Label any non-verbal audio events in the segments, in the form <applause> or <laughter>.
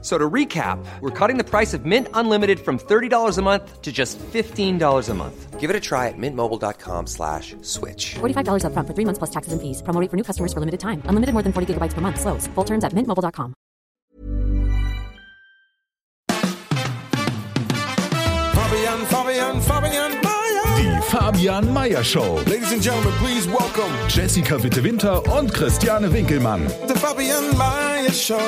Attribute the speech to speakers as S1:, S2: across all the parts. S1: So to recap, we're cutting the price of Mint Unlimited from $30 a month to just $15 a month. Give it a try at mintmobile.com slash switch.
S2: $45 upfront for three months plus taxes and fees. Promo rate for new customers for limited time. Unlimited more than 40 gigabytes per month. Slows. Full terms at mintmobile.com.
S3: Fabian, Fabian, Fabian Mayer.
S4: Die Fabian Meyer Show.
S3: Ladies and gentlemen, please welcome
S4: Jessica Witte Winter und Christiane Winkelmann.
S3: the Fabian Mayer Show.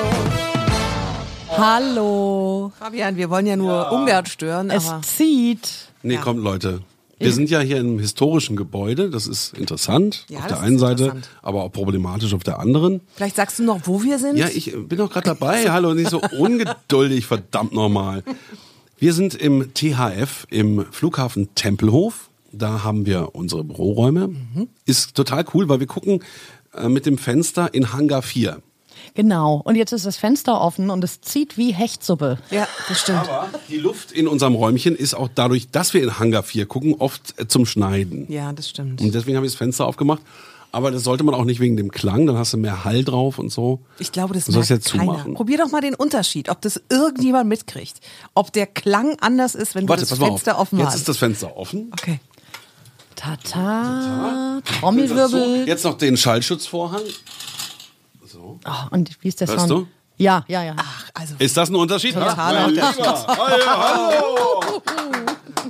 S5: Hallo.
S6: Fabian, wir wollen ja nur Ungarn stören,
S5: Es
S6: aber
S5: zieht.
S7: Nee, kommt Leute. Wir sind ja hier im historischen Gebäude, das ist interessant
S6: Ja,
S7: auf
S6: das
S7: der
S6: ist
S7: einen Seite,
S6: interessant.
S7: aber auch problematisch auf der anderen.
S6: vielleicht sagst du noch, wo wir sind?
S7: Ja, ich bin doch gerade dabei, hallo, nicht so ungeduldig, verdammt nochmal. Wir sind im THF im Flughafen Tempelhof, da haben wir unsere Büroräume.
S6: Mhm.
S7: Ist total cool, weil wir gucken äh, mit dem Fenster in Hangar 4.
S5: Genau. Und jetzt ist das Fenster offen und es zieht wie Hechtsuppe.
S6: ja, das stimmt.
S7: Aber die Luft in unserem Räumchen ist auch dadurch, dass wir in Hangar 4 gucken, oft äh, zum Schneiden.
S6: ja, das stimmt.
S7: Und deswegen habe ich das Fenster aufgemacht. Aber das sollte man auch nicht wegen dem Klang, dann hast du mehr Hall drauf und so.
S6: Ich glaube, das
S7: Du sollst
S6: merkt
S7: ja
S6: keiner.
S7: zumachen.
S6: Probier doch mal den Unterschied, ob das irgendjemand mitkriegt. Ob der Klang anders ist, wenn
S7: Warte,
S6: du das
S7: pass mal
S6: Fenster
S7: auf.
S6: offen
S7: Jetzt
S6: hast.
S7: ist das Fenster offen.
S6: okay. Ah,
S5: Tata.
S7: So,
S5: Trommelwirbel.
S7: jetzt noch den Schallschutzvorhang. So.
S5: Oh, und wie ist der
S7: Hörst du?
S5: Sound? Ja, ja, ja.
S6: Ach, also,
S7: Ist das ein Unterschied?
S6: Totaler
S7: mein Lieber. Ah, ja, hallo.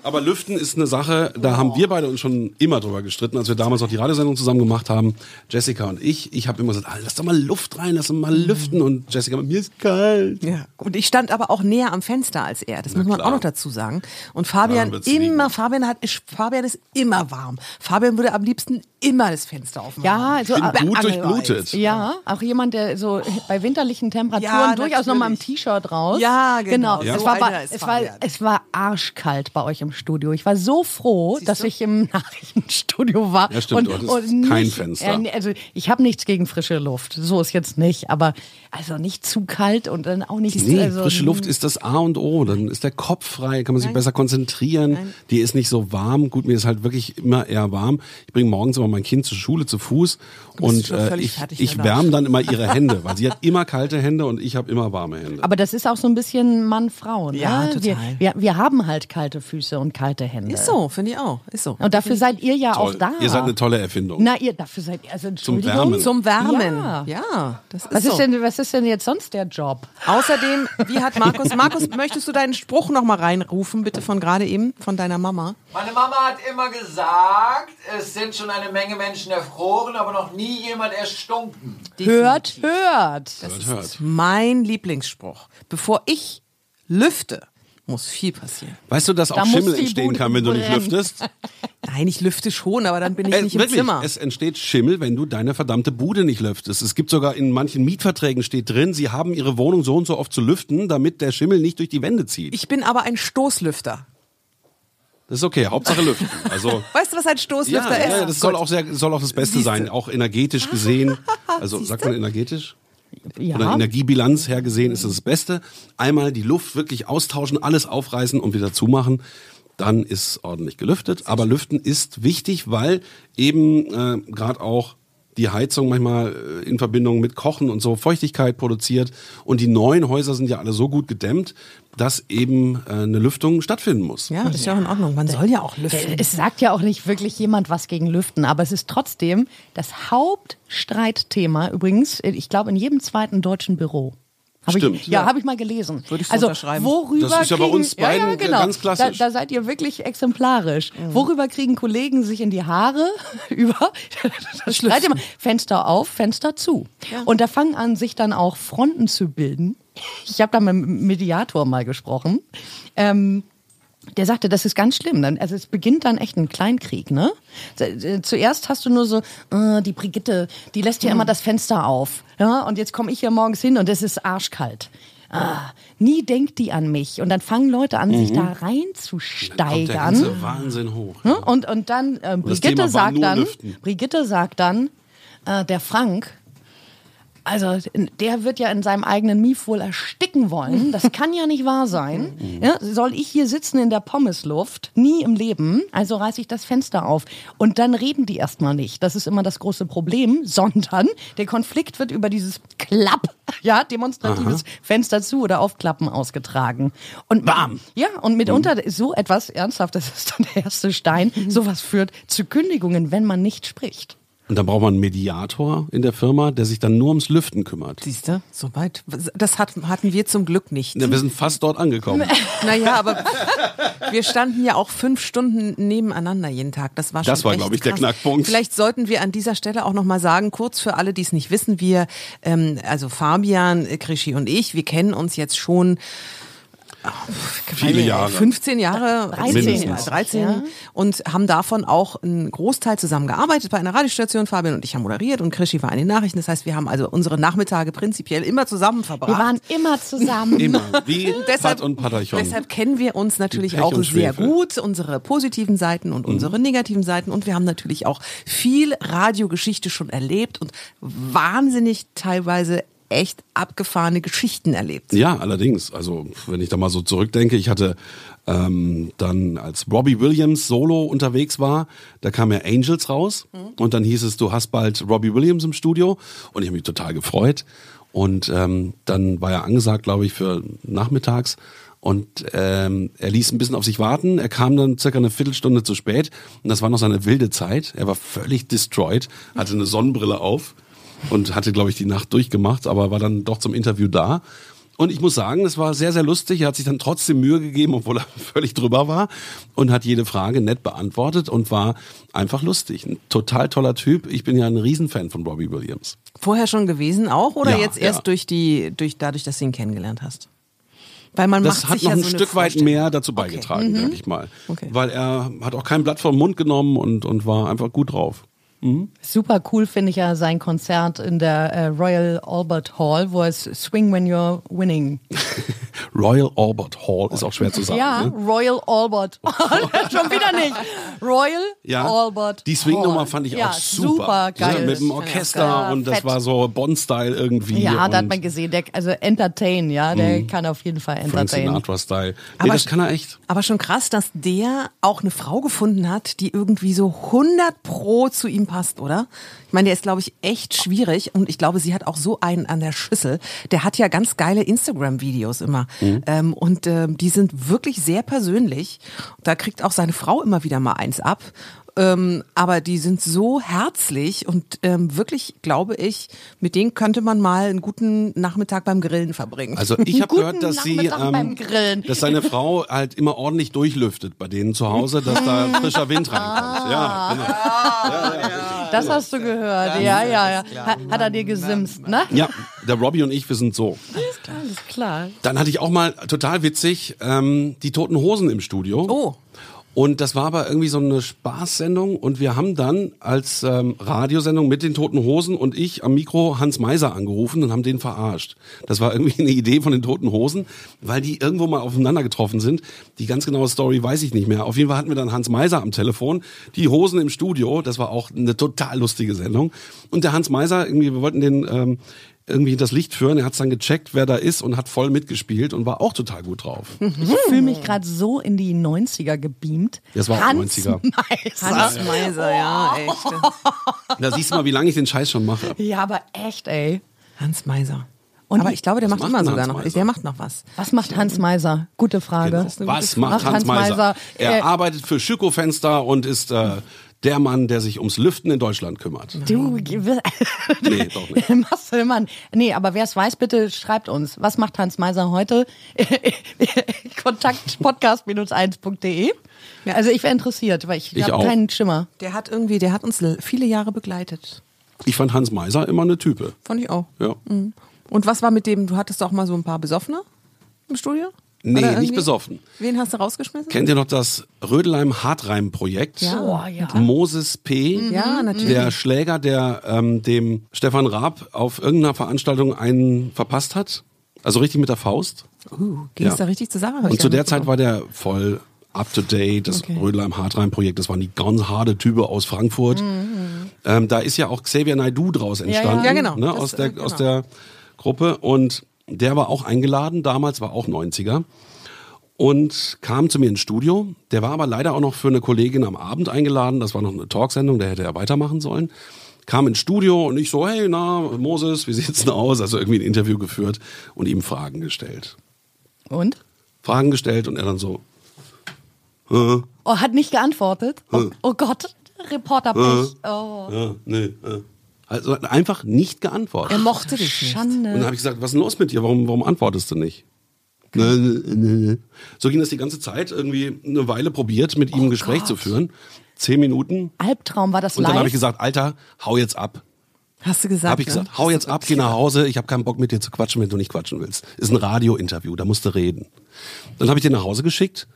S7: Aber Lüften ist eine Sache, da haben wir beide uns schon immer drüber gestritten, als wir damals auch die Radiosendung zusammen gemacht haben. Jessica und ich, ich habe immer gesagt, ah, lass doch mal Luft rein, lass doch mal lüften. Und Jessica, mir ist kalt.
S6: ja. Und ich stand aber auch näher am Fenster als er. Das muss man
S7: klar.
S6: auch noch dazu sagen. Und
S7: Daran
S6: Fabian
S7: wird's
S6: immer,
S7: liegen.
S6: Fabian hat, ist, Fabian ist immer warm. Fabian würde am liebsten immer das Fenster aufmachen.
S5: Ja, also
S7: Ich bin
S5: aber-
S7: gut durchblutet.
S5: Ja, auch jemand, der so bei winterlichen Temperaturen
S6: Ja,
S5: durchaus noch mal im
S6: natürlich.
S5: T-Shirt raus.
S6: Ja, genau.
S5: genau.
S6: Ja.
S5: Es,
S6: So
S5: war,
S6: einer
S5: aber-
S6: ist
S5: es, war,
S6: Fabian.
S5: es war arschkalt bei euch im Studio. Ich war so froh, dass ich im <laughs> Nachrichtenstudio war.
S7: Ja, stimmt, du hattest kein Fenster.
S5: äh, nee, also ich habe nichts gegen frische Luft. So ist jetzt nicht. Aber also nicht zu kalt und dann auch nicht
S7: Nee,
S5: also,
S7: frische Luft ist das A und O. Dann ist der Kopf frei, kann man sich besser konzentrieren. Die ist nicht so warm. Gut, mir ist halt wirklich immer eher warm. Ich bringe morgens immer mein Kind zur Schule zu Fuß und
S6: schon
S7: äh,
S6: völlig
S7: ich,
S6: fertig
S7: ich
S6: danach.
S7: wärme dann immer
S5: <laughs>
S7: ihre Hände, weil sie hat immer kalte Hände und ich habe immer warme Hände.
S5: Aber das ist auch so ein bisschen Mann-Frau. Ne?
S6: Ja, total.
S5: Wir, wir, wir haben halt kalte Füße und kalte Hände.
S6: Ist so, finde ich auch. Ist so.
S5: Und dafür seid ihr ja
S7: Toll.
S5: auch da.
S7: Ihr seid eine tolle
S4: Oh.
S7: Erfindung.
S5: Na, ihr dafür seid ihr, also Entschuldigung.
S7: Wärmen.
S6: Zum Wärmen.
S5: Ja.
S6: Ja, das ist
S5: Was
S6: so.
S5: ist, denn, was ist denn jetzt sonst der Job?
S6: Außerdem, wie hat Markus, Markus, möchtest du deinen Spruch nochmal reinrufen, bitte von gerade eben, von deiner Mama?
S8: Meine Mama hat immer gesagt, es sind schon eine Menge Menschen erfroren, aber noch nie jemand erstunken.
S5: Hört, <laughs> hört.
S7: Hört, hört.
S6: Mein Lieblingsspruch. Bevor ich lüfte, muss viel passieren.
S7: Weißt du, dass auch
S5: Da muss
S7: Schimmel
S5: die
S7: entstehen
S5: Bude
S7: kann, wenn du nicht
S5: brennen. <laughs>
S7: lüftest?
S6: Nein, ich lüfte schon, aber dann bin ich
S7: Äh,
S6: nicht im
S7: wirklich,
S6: Zimmer.
S7: es entsteht Schimmel, wenn du deine verdammte Bude nicht lüftest. Es gibt sogar in manchen Mietverträgen steht drin, sie haben ihre Wohnung so und so oft zu lüften, damit der Schimmel nicht durch die Wände zieht.
S6: Ich bin aber ein Stoßlüfter.
S7: Das ist okay, Hauptsache lüften.
S6: <laughs>
S7: Also
S6: Weißt du, was ein
S7: ja,
S6: Stoßlüfter ist?
S7: ja, das soll auch, sehr, soll auch das Beste
S6: Siehste.
S7: sein, auch energetisch
S6: <laughs>
S7: gesehen. Also sagt man energetisch? Von der
S5: Ja.
S7: Energiebilanz her gesehen ist es das Beste. Einmal die Luft wirklich austauschen, alles aufreißen und wieder zumachen. Dann ist ordentlich gelüftet. Aber Lüften ist wichtig, weil eben äh, gerade auch die Heizung manchmal äh, in Verbindung mit Kochen und so Feuchtigkeit produziert. Und die neuen Häuser sind ja alle so gut gedämmt, dass eben äh, eine Lüftung stattfinden muss.
S6: Ja, das ist ja auch in Ordnung. Man soll ja auch lüften.
S5: Es sagt ja auch nicht wirklich jemand was gegen Lüften, aber es ist trotzdem das Hauptstreitthema übrigens, äh, ich glaube, in jedem zweiten deutschen Büro. Hab
S7: Stimmt.
S5: Ich, ja,
S7: Ja.
S5: habe ich mal gelesen.
S6: Würde ich so
S5: also,
S6: unterschreiben.
S5: worüber
S7: Das ist ja bei
S5: kriegen,
S7: uns beiden
S5: ja, ja, genau.
S7: ganz klassisch.
S5: Da, da seid ihr wirklich exemplarisch.
S6: Mhm.
S5: Worüber kriegen Kollegen sich in die Haare? <laughs> Über das Streitthema. Fenster auf, Fenster zu. Und da fangen an, sich dann auch Fronten zu bilden. Ich habe da mit einem Mediator mal gesprochen. Ähm, der sagte, das ist ganz schlimm. Dann, also es beginnt dann echt ein Kleinkrieg, ne? Z- Zuerst hast du nur so, äh, die Brigitte, die lässt ja immer das Fenster auf. Ja? Und jetzt komme ich hier morgens hin und es ist arschkalt. Ah, nie denkt die an mich. Und Mhm. dann fangen Leute an, sich da
S7: Kommt der
S5: reinzusteigern.
S7: ganze Wahnsinn hoch.
S6: Hm?
S5: Ne? Und, und dann, ähm,
S7: das Thema
S5: Brigitte
S7: war
S5: sagt
S7: nur
S5: dann,
S7: Lüften.
S5: Brigitte sagt dann, äh, der Frank, Also, der wird ja in seinem eigenen Mief wohl ersticken
S7: <laughs>
S5: wollen. Das kann ja nicht wahr sein.
S7: Mhm.
S5: Ja, soll ich hier sitzen in der Pommesluft? Nie im Leben. Also reiße ich das Fenster auf. Und dann reden die erstmal nicht. Das ist immer das große Problem, <laughs> sondern der Konflikt wird über dieses Klapp, ja, demonstratives Fenster zu oder aufklappen ausgetragen. Und bam! Ja, und mitunter so etwas, ernsthaft, <laughs> das ist dann der erste Stein, sowas führt zu Kündigungen, wenn man nicht spricht.
S4: Und dann braucht man einen Mediator in der Firma, der sich dann nur ums Lüften kümmert.
S6: Siehst du, soweit. Das hat, hatten wir zum Glück nicht.
S4: Ja, wir sind fast dort
S6: <laughs>
S4: angekommen.
S6: Naja, aber wir standen ja auch fünf Stunden nebeneinander jeden Tag. Das war schon
S4: Das war,
S6: echt
S4: glaube ich, der
S6: krass.
S4: Knackpunkt.
S6: Vielleicht sollten wir an dieser Stelle auch nochmal sagen, kurz für alle, die es nicht wissen, wir, ähm, also Fabian, äh, Krischi und ich, wir kennen uns jetzt schon
S4: Viele Jahre.
S6: 15 Jahre,
S5: 13.
S4: Mindestens.
S6: 13
S5: Ja.
S6: und haben davon auch einen Großteil zusammen gearbeitet bei einer Radiostation. Fabian und ich haben moderiert und Krischi war in den Nachrichten. Das heißt, wir haben also unsere Nachmittage prinzipiell immer zusammen verbracht.
S5: Wir waren immer zusammen.
S4: Immer. Wie
S6: deshalb,
S4: Pat und Patachon.
S6: deshalb kennen wir uns natürlich
S4: Pech
S6: auch
S4: und
S6: sehr
S4: Schwefel. Mhm.
S6: gut, unsere positiven Seiten und unsere negativen Seiten. Und wir haben natürlich auch viel Radiogeschichte schon erlebt und wahnsinnig teilweise echt abgefahrene Geschichten erlebt.
S4: Ja, allerdings. Also wenn ich da mal so zurückdenke, ich hatte ähm, dann, als Robbie Williams solo unterwegs war, da kam ja Angels raus und dann hieß es, du hast bald Robbie Williams im Studio und ich habe mich total gefreut und ähm, dann war er angesagt, glaube ich, für nachmittags und ähm, er ließ ein bisschen auf sich warten. Er kam dann circa eine Viertelstunde zu spät und das war noch seine wilde Zeit. Er war völlig destroyed, hatte eine Sonnenbrille auf und hatte, glaube ich, die Nacht durchgemacht, aber war dann doch zum Interview da. Und ich muss sagen, es war sehr, sehr lustig. Er hat sich dann trotzdem Mühe gegeben, obwohl er <laughs> völlig drüber war und hat jede Frage nett beantwortet und war einfach lustig. Ein total toller Typ. Ich bin ja ein Riesenfan von Robbie Williams.
S6: Vorher schon gewesen auch oder
S4: Ja,
S6: jetzt erst
S4: ja.
S6: durch die, durch, dadurch, dass du ihn kennengelernt hast? Weil man
S4: Das
S6: macht
S4: hat
S6: sich
S4: noch
S6: ja
S4: ein
S6: so eine
S4: Stück weit
S6: Vorstellung. Mhm.
S4: mehr dazu beigetragen, denke ich mal.
S6: Okay.
S4: Weil er hat auch kein Blatt vom Mund genommen und, und war einfach gut drauf.
S5: Super cool finde ich ja sein Konzert in der äh, Royal Albert Hall, wo es Swing When You're Winning.
S4: Royal Albert Hall ist auch schwer zu sagen.
S5: ja,
S4: ne?
S5: Royal Albert. <laughs>
S4: <laughs>
S5: Hall. Schon wieder nicht. Royal
S4: Ja,
S5: Albert.
S4: die Swing-Nummer
S5: Hall.
S4: fand ich
S5: ja,
S4: auch super.
S5: geil.
S4: Ja, mit dem
S5: Ja,
S4: Orchester und das
S5: fett.
S4: war so Bond-Style irgendwie.
S5: Ja, da hat
S4: und Mhm.
S5: man gesehen, der, also Entertain, ja, der kann auf jeden Fall
S4: Frank
S5: entertain.
S4: Sinatra-Style. Nee,
S6: Aber
S4: das kann er echt.
S6: Aber schon krass, dass der auch eine Frau gefunden hat, die irgendwie so 100 pro zu ihm passt, oder? Ich meine, der ist, glaube ich, echt schwierig und ich glaube, sie hat auch so einen an der Schüssel. Der hat ja ganz geile Instagram-Videos immer
S4: Mhm.
S6: ähm, und ähm, die sind wirklich sehr persönlich. Da kriegt auch seine Frau immer wieder mal eins ab. Ähm, aber die sind so herzlich und ähm, wirklich, glaube ich, mit denen könnte man mal einen guten Nachmittag beim Grillen verbringen.
S4: Also ich habe
S5: Guten
S4: gehört, dass sie,
S5: Nachmittag beim
S4: ähm,
S5: Grillen.
S4: dass seine Frau halt immer ordentlich durchlüftet bei denen zu Hause, dass da frischer Wind reinkommt. Ja, genau.
S5: Ah. Das hast du gehört, ja, ja, ja. Ha- Hat er dir gesimst, ne?
S4: ja, der Robbie und ich, wir sind so.
S5: Alles klar.
S4: Dann hatte ich auch mal, total witzig, ähm, die Toten Hosen im Studio.
S6: Oh.
S4: Und das war aber irgendwie so eine Spaßsendung und wir haben dann als ähm, Radiosendung mit den Toten Hosen und ich am Mikro Hans Meiser angerufen und haben den verarscht. Das war irgendwie eine Idee von den Toten Hosen, weil die irgendwo mal aufeinander getroffen sind. Die ganz genaue Story weiß ich nicht mehr. Auf jeden Fall hatten wir dann Hans Meiser am Telefon, die Hosen im Studio, das war auch eine total lustige Sendung. Und der Hans Meiser, irgendwie, wir wollten den... Ähm, irgendwie das Licht führen, er hat dann gecheckt, wer da ist und hat voll mitgespielt und war auch total gut
S5: <laughs>
S4: drauf.
S5: Ich fühle mich gerade so in die 90er gebeamt.
S4: Das war auch
S5: Hans
S4: 90er.
S5: Meiser.
S6: Hans Meiser, ja,
S4: <laughs>
S6: echt.
S4: Da siehst du mal, wie lange ich den Scheiß schon mache.
S5: Ja, aber echt, ey.
S6: Hans Meiser.
S5: Und
S6: aber ich glaube, der
S4: was
S6: macht
S4: macht
S6: immer
S4: ein
S6: sogar
S4: Hans
S6: noch.
S4: Meiser?
S6: Der macht noch was.
S5: Was macht Hans Meiser? Gute Frage.
S4: Genau. Was macht Hans, Meiser? Er
S5: Äh,
S4: arbeitet für Schüko-Fenster und ist äh, der Mann, der sich ums Lüften in Deutschland kümmert.
S5: <laughs> du, gewi-
S4: Nee, doch nicht.
S5: <laughs> Masselmann. Nee, aber wer es weiß, bitte schreibt uns. Was macht Hans Meiser heute? <laughs> Kontakt podcast-1.de. Also ich wäre interessiert, weil ich,
S4: Ich
S5: habe
S4: auch.
S5: keinen Schimmer.
S6: Der hat irgendwie, der hat uns l- viele Jahre begleitet.
S4: Ich fand Hans Meiser immer eine Type.
S6: Fand ich auch.
S4: Ja.
S5: Mhm.
S6: Und was war mit dem, du hattest auch mal so ein paar Besoffene im Studio?
S4: Nee,
S6: Oder
S4: nicht
S6: irgendwie?
S4: besoffen.
S6: Wen hast du rausgeschmissen?
S4: Kennt ihr noch das Rödelheim-Hartreim-Projekt?
S5: Oh, ja. Mhm.
S4: Moses P.,
S6: Ja, natürlich.
S4: der Schläger, der ähm, dem Stefan Raab auf irgendeiner Veranstaltung einen verpasst hat. Also richtig mit der Faust.
S6: Uh, ging es
S4: Ja.
S6: da richtig zur Sache?
S4: Und zu der Zeit war der voll
S9: up to date. Das Rödler im Hartrein-Projekt, das waren die ganz harte Typen aus Frankfurt. Ähm, da ist ja auch Xavier Naidoo draus entstanden.
S6: Mhm, Ja, genau.
S9: Ne,
S6: Das,
S9: aus,
S6: äh,
S9: der,
S6: genau.
S9: aus der Gruppe. Und der war auch eingeladen, damals war auch 90er. Und kam zu mir ins Studio. Der war aber leider auch noch für eine Kollegin am Abend eingeladen. Das war noch eine Talksendung, da hätte er weitermachen sollen. Kam ins Studio und ich so, hey, na, Moses, wie sieht's denn aus? Also irgendwie ein Interview geführt und ihm Fragen gestellt.
S5: Und?
S9: Fragen gestellt und er dann so, äh,
S5: Oh, hat nicht geantwortet. Oh, oh Gott, Reporterpech. Oh.
S9: äh, nee, äh. Also hat einfach nicht geantwortet.
S6: Er mochte dich nicht.
S9: Und dann
S5: Schande.
S9: habe ich gesagt, was ist denn los mit dir? Warum, warum antwortest du nicht? Ne, Nö, nö, nö, nö. So ging das die ganze Zeit, irgendwie eine Weile probiert, mit ihm ein Gespräch zu führen. Zehn Minuten.
S5: Albtraum Oh war das
S9: Und dann habe ich
S5: live.
S9: gesagt, Alter, hau jetzt ab.
S6: Hast du gesagt?
S9: Habe ich
S6: ne?
S9: gesagt, hau jetzt ab, geh nach Hause, ich habe keinen Bock mit dir zu quatschen, wenn du nicht quatschen willst. Ist ein Radiointerview, da musst du reden. Dann habe ich den nach Hause geschickt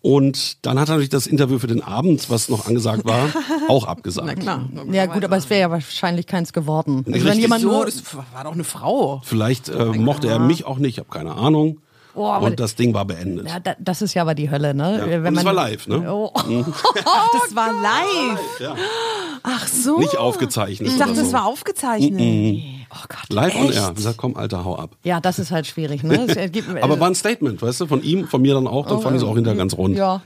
S9: und dann hat er natürlich das Interview für den Abend, was noch
S5: <laughs>
S9: angesagt war, auch abgesagt.
S6: Na klar.
S5: Ja gut, aber es wäre ja wahrscheinlich keins geworden. Also wenn
S9: Richtig
S5: jemand
S6: so,
S5: nur
S6: das war doch eine Frau.
S9: Vielleicht äh, mochte er mich auch nicht, ich habe keine Ahnung.
S5: Oh, aber-
S9: und das Ding war beendet.
S5: ja, da, das ist ja aber die Hölle, ne?
S9: Ja.
S5: Wenn
S9: Und es
S5: man-
S9: war live, ne?
S5: Oh. <laughs>
S6: Ach, das war live.
S9: Ja.
S6: Ach so.
S9: Nicht aufgezeichnet
S6: Ich dachte,
S9: oder so.
S6: das war aufgezeichnet.
S5: oh Gott.
S9: Live on
S6: Echt?
S9: air. Ich gesagt, komm, Alter, hau ab.
S5: Ja, das ist halt schwierig, ne? Es ergibt-
S9: <laughs> Aber war ein Statement, weißt du, von ihm, von mir dann
S6: Oh,
S9: auch, dann fand ich es auch hinterher ganz rund.
S5: Ja.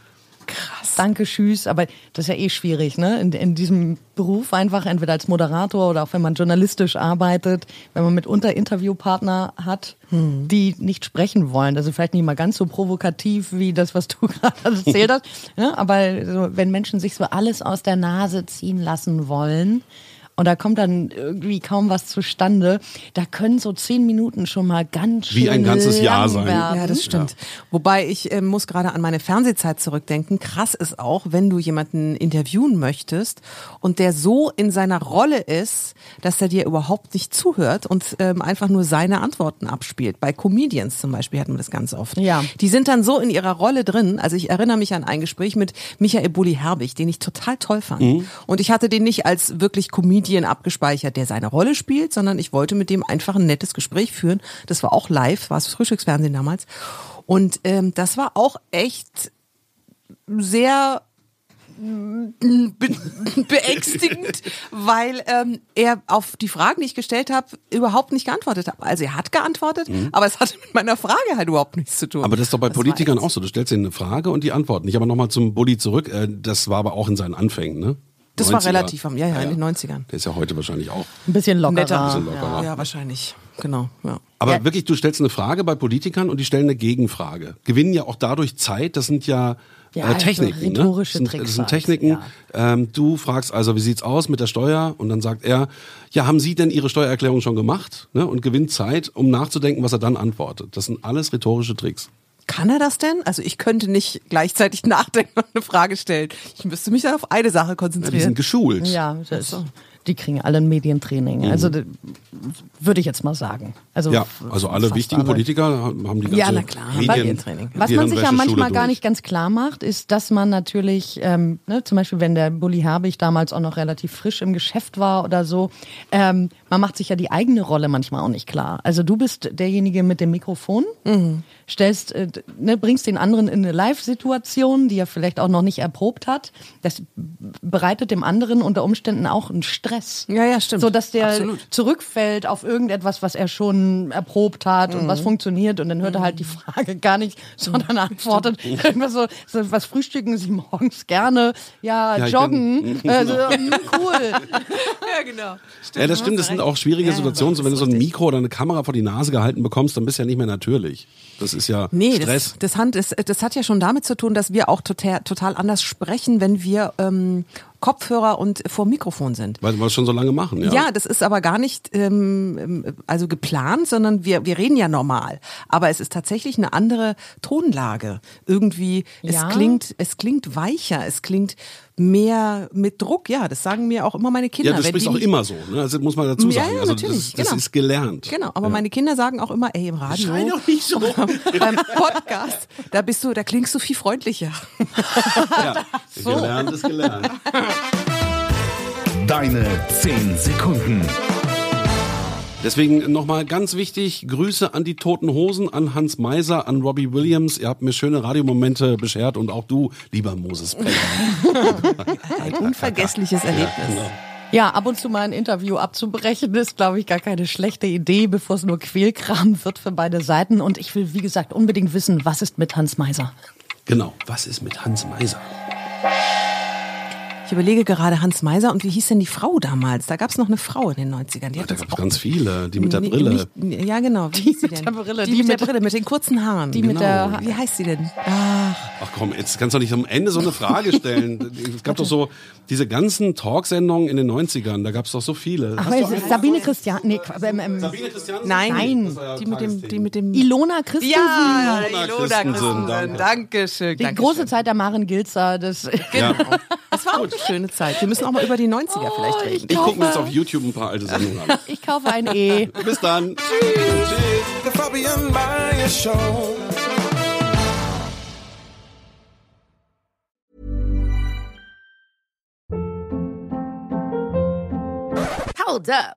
S5: Krass. Danke, tschüss. Aber das ist ja eh schwierig, ne? In, in diesem Beruf einfach, entweder als Moderator oder auch wenn man journalistisch arbeitet, wenn man mitunter Interviewpartner hat,
S9: Hm.
S5: die nicht sprechen wollen. Also vielleicht nicht mal ganz so provokativ wie das, was du <laughs> gerade erzählt
S9: <laughs>
S5: hast. Ne? Aber so, wenn Menschen sich so alles aus der Nase ziehen lassen wollen, und da kommt dann irgendwie kaum was zustande. Da können so zehn Minuten schon mal ganz schön
S9: Wie ein ganzes Jahr
S5: lang
S9: sein.
S5: Werden.
S6: Ja, das stimmt. Wobei ich äh, muss gerade an meine Fernsehzeit zurückdenken. Krass ist auch, wenn du jemanden interviewen möchtest und der so in seiner Rolle ist, dass er dir überhaupt nicht zuhört und ähm, einfach nur seine Antworten abspielt. Bei Comedians zum Beispiel hatten wir das ganz oft.
S5: Ja.
S6: Die sind dann so in ihrer Rolle drin. Also ich erinnere mich an ein Gespräch mit Michael Bulli Herbig, den ich total toll fand. Und ich hatte den nicht als wirklich Comedian abgespeichert, der seine Rolle spielt, sondern ich wollte mit dem einfach ein nettes Gespräch führen. Das war auch live, war es Frühstücksfernsehen damals. Und ähm, das war auch echt sehr mm, be <laughs> beängstigend, weil ähm, er auf die Fragen, die ich gestellt habe, überhaupt nicht geantwortet hat. Also er hat geantwortet, aber es hatte mit meiner Frage halt überhaupt nichts zu tun.
S9: Mhm. Aber das ist doch bei
S6: war
S9: Politikern
S6: echt-
S9: auch so. Du stellst ihnen eine Frage und die antworten nicht. Aber nochmal zum Bulli zurück. Äh, Das war aber auch in seinen Anfängen, ne?
S6: Das war relativ am- ja, ja, in den
S9: 90ern.
S6: 90ern.
S9: Der ist ja heute wahrscheinlich auch.
S5: Ein bisschen lockerer.
S6: Netter. also
S9: Bisschen lockerer.
S6: Ja, ja, wahrscheinlich. Genau. Ja.
S9: Aber wirklich, du stellst eine Frage bei Politikern und die stellen eine Gegenfrage. Gewinnen ja auch dadurch Zeit. Das sind ja,
S5: Ja,
S9: äh, Techniken.
S5: also rhetorische
S9: ne? das, sind,
S5: Tricks waren
S9: das sind
S5: es,
S9: Techniken.
S5: ja.
S9: Ähm, du fragst also, wie sieht's aus mit der Steuer? Und dann sagt er, ja, haben Sie denn Ihre Steuererklärung schon gemacht? Ne? Und gewinnt Zeit, um nachzudenken, was er dann antwortet. Das sind alles rhetorische Tricks.
S6: Kann er das denn? Also ich könnte nicht gleichzeitig <laughs> nachdenken und eine Frage stellen. Ich müsste mich dann auf eine Sache
S9: Ja, die sind
S6: konzentrieren.
S9: geschult.
S5: Ja, das, die kriegen alle ein Medientraining. Also d- würde ich jetzt mal sagen. Also,
S9: Mhm. Ja,
S5: f-
S9: also alle
S5: fast
S9: wichtigen
S5: alle.
S9: Politiker haben haben die ganze
S6: Ja, na klar, haben
S9: Medien,
S6: Medientraining.
S5: Was man sich ja
S9: Gehirnwäscheschule
S5: manchmal gar
S9: durch.
S5: nicht ganz klar macht, ist, dass man natürlich, ähm, ne, zum Beispiel wenn der Bulli Herbig damals auch noch relativ frisch im Geschäft war oder so, ähm, man macht sich ja die eigene Rolle manchmal auch nicht klar. Also du bist derjenige mit dem Mikrofon, stellst, äh, d- ne, bringst den anderen in eine Live-Situation, die er vielleicht auch noch nicht erprobt hat. Das bereitet dem anderen unter Umständen auch einen Stress.
S6: Ja, ja, stimmt.
S5: So dass der
S6: Absolut.
S5: zurückfällt auf irgendetwas, was er schon erprobt hat und was funktioniert und dann hört er halt die Frage gar nicht, sondern antwortet irgendwas so, so, was frühstücken Sie morgens gerne? Ja,
S9: Ja, ich
S5: joggen.
S9: bin-
S5: also, mm, cool.
S6: Ja, <laughs> genau.
S9: Ja, das stimmt, das sind auch schwierige
S6: Ja, ja,
S9: Situationen.
S6: das
S9: so, wenn du
S6: ist
S9: so ein
S6: richtig.
S9: Mikro oder eine Kamera vor die Nase gehalten bekommst, dann bist du ja nicht mehr natürlich. Das ist ja
S6: Nee,
S9: Stress.
S6: Das, das, Hand, das, das hat ja schon damit zu tun, dass wir auch total, total anders sprechen, wenn wir ähm, Kopfhörer und vor Mikrofon sind.
S9: weil wir es schon so lange machen. Ja,
S6: Ja. das ist aber gar nicht ähm, ähm, also geplant, sondern wir, wir reden ja normal. Aber es ist tatsächlich eine andere Tonlage. Irgendwie,
S5: Ja.
S6: es klingt, es klingt weicher, es klingt mehr mit Druck. Ja, das sagen mir auch immer meine Kinder.
S9: ja du
S6: wenn
S9: sprichst
S6: die
S9: auch
S6: nicht-
S9: immer so. Ne? Das muss man dazu
S6: Ja,
S9: sagen.
S6: ja,
S9: also,
S6: natürlich,
S9: das, das
S6: genau.
S9: ist gelernt.
S6: Genau, aber meine Kinder sagen auch immer, ey, im Radio.
S9: Schrei doch nicht so.
S6: <laughs> Beim Podcast, da bist du, da klingst du viel freundlicher.
S9: Ja. Gelernt ist gelernt.
S4: Deine 10 Sekunden.
S9: Deswegen nochmal ganz wichtig, Grüße an die Toten Hosen, an Hans Meiser, an Robbie Williams. Ihr habt mir schöne Radiomomente beschert und auch du, lieber Moses Pelham.
S6: <laughs> Ein unvergessliches Erlebnis.
S10: Ja, ab und zu mal ein Interview abzubrechen, ist, glaube ich, gar keine schlechte Idee, bevor es nur Quälkram wird für beide Seiten. Und ich will, wie gesagt, unbedingt wissen, was ist mit Hans Meiser?
S9: Genau, was ist mit Hans Meiser?
S6: Ich überlege gerade Hans Meiser und wie hieß denn die Frau damals? Da gab es noch eine Frau in den 90ern. Die
S9: Ja,
S6: hat
S9: da
S6: uns
S9: gab
S6: auch-
S9: es ganz viele, die mit der
S6: Nee,
S9: Brille.
S6: nicht- ja, genau. Wie hieß sie
S10: mit
S6: denn?
S10: der Brille,
S6: Die,
S10: die
S6: mit der
S10: mit-
S6: Brille, mit den kurzen Haaren. Genau.
S10: Die mit der-
S6: Wie heißt sie denn? Ach,
S9: Ach komm, jetzt kannst du nicht am Ende so eine Frage stellen. es gab doch so diese ganzen Talksendungen in den 90ern, da gab es doch so viele.
S10: Aber es ist Sabine Christian, nee, Qu- ähm, ähm,
S9: Sabine Christiansen?
S6: nein.
S10: Nein.
S9: Das war ja
S6: Die mit dem,
S9: Tagesthemen.
S6: die mit dem.
S10: Ilona Christensen.
S6: ja,
S9: Ilona
S6: Ilona
S9: Christensen,
S6: Christensen.
S9: danke.
S6: Dankeschön.
S10: Die
S6: Dankeschön.
S10: große Zeit der Maren Gilzer. Das
S6: Genau.
S9: Ja.
S6: Das war auch eine schöne Zeit. Wir müssen auch mal über die 90er vielleicht reden.
S9: Ich gucke mir jetzt auf YouTube ein paar alte Sendungen an.
S10: <laughs> ich kaufe ein E.
S9: Bis dann. Tschüss.
S7: The Fabian Maya Show.
S11: Hold up.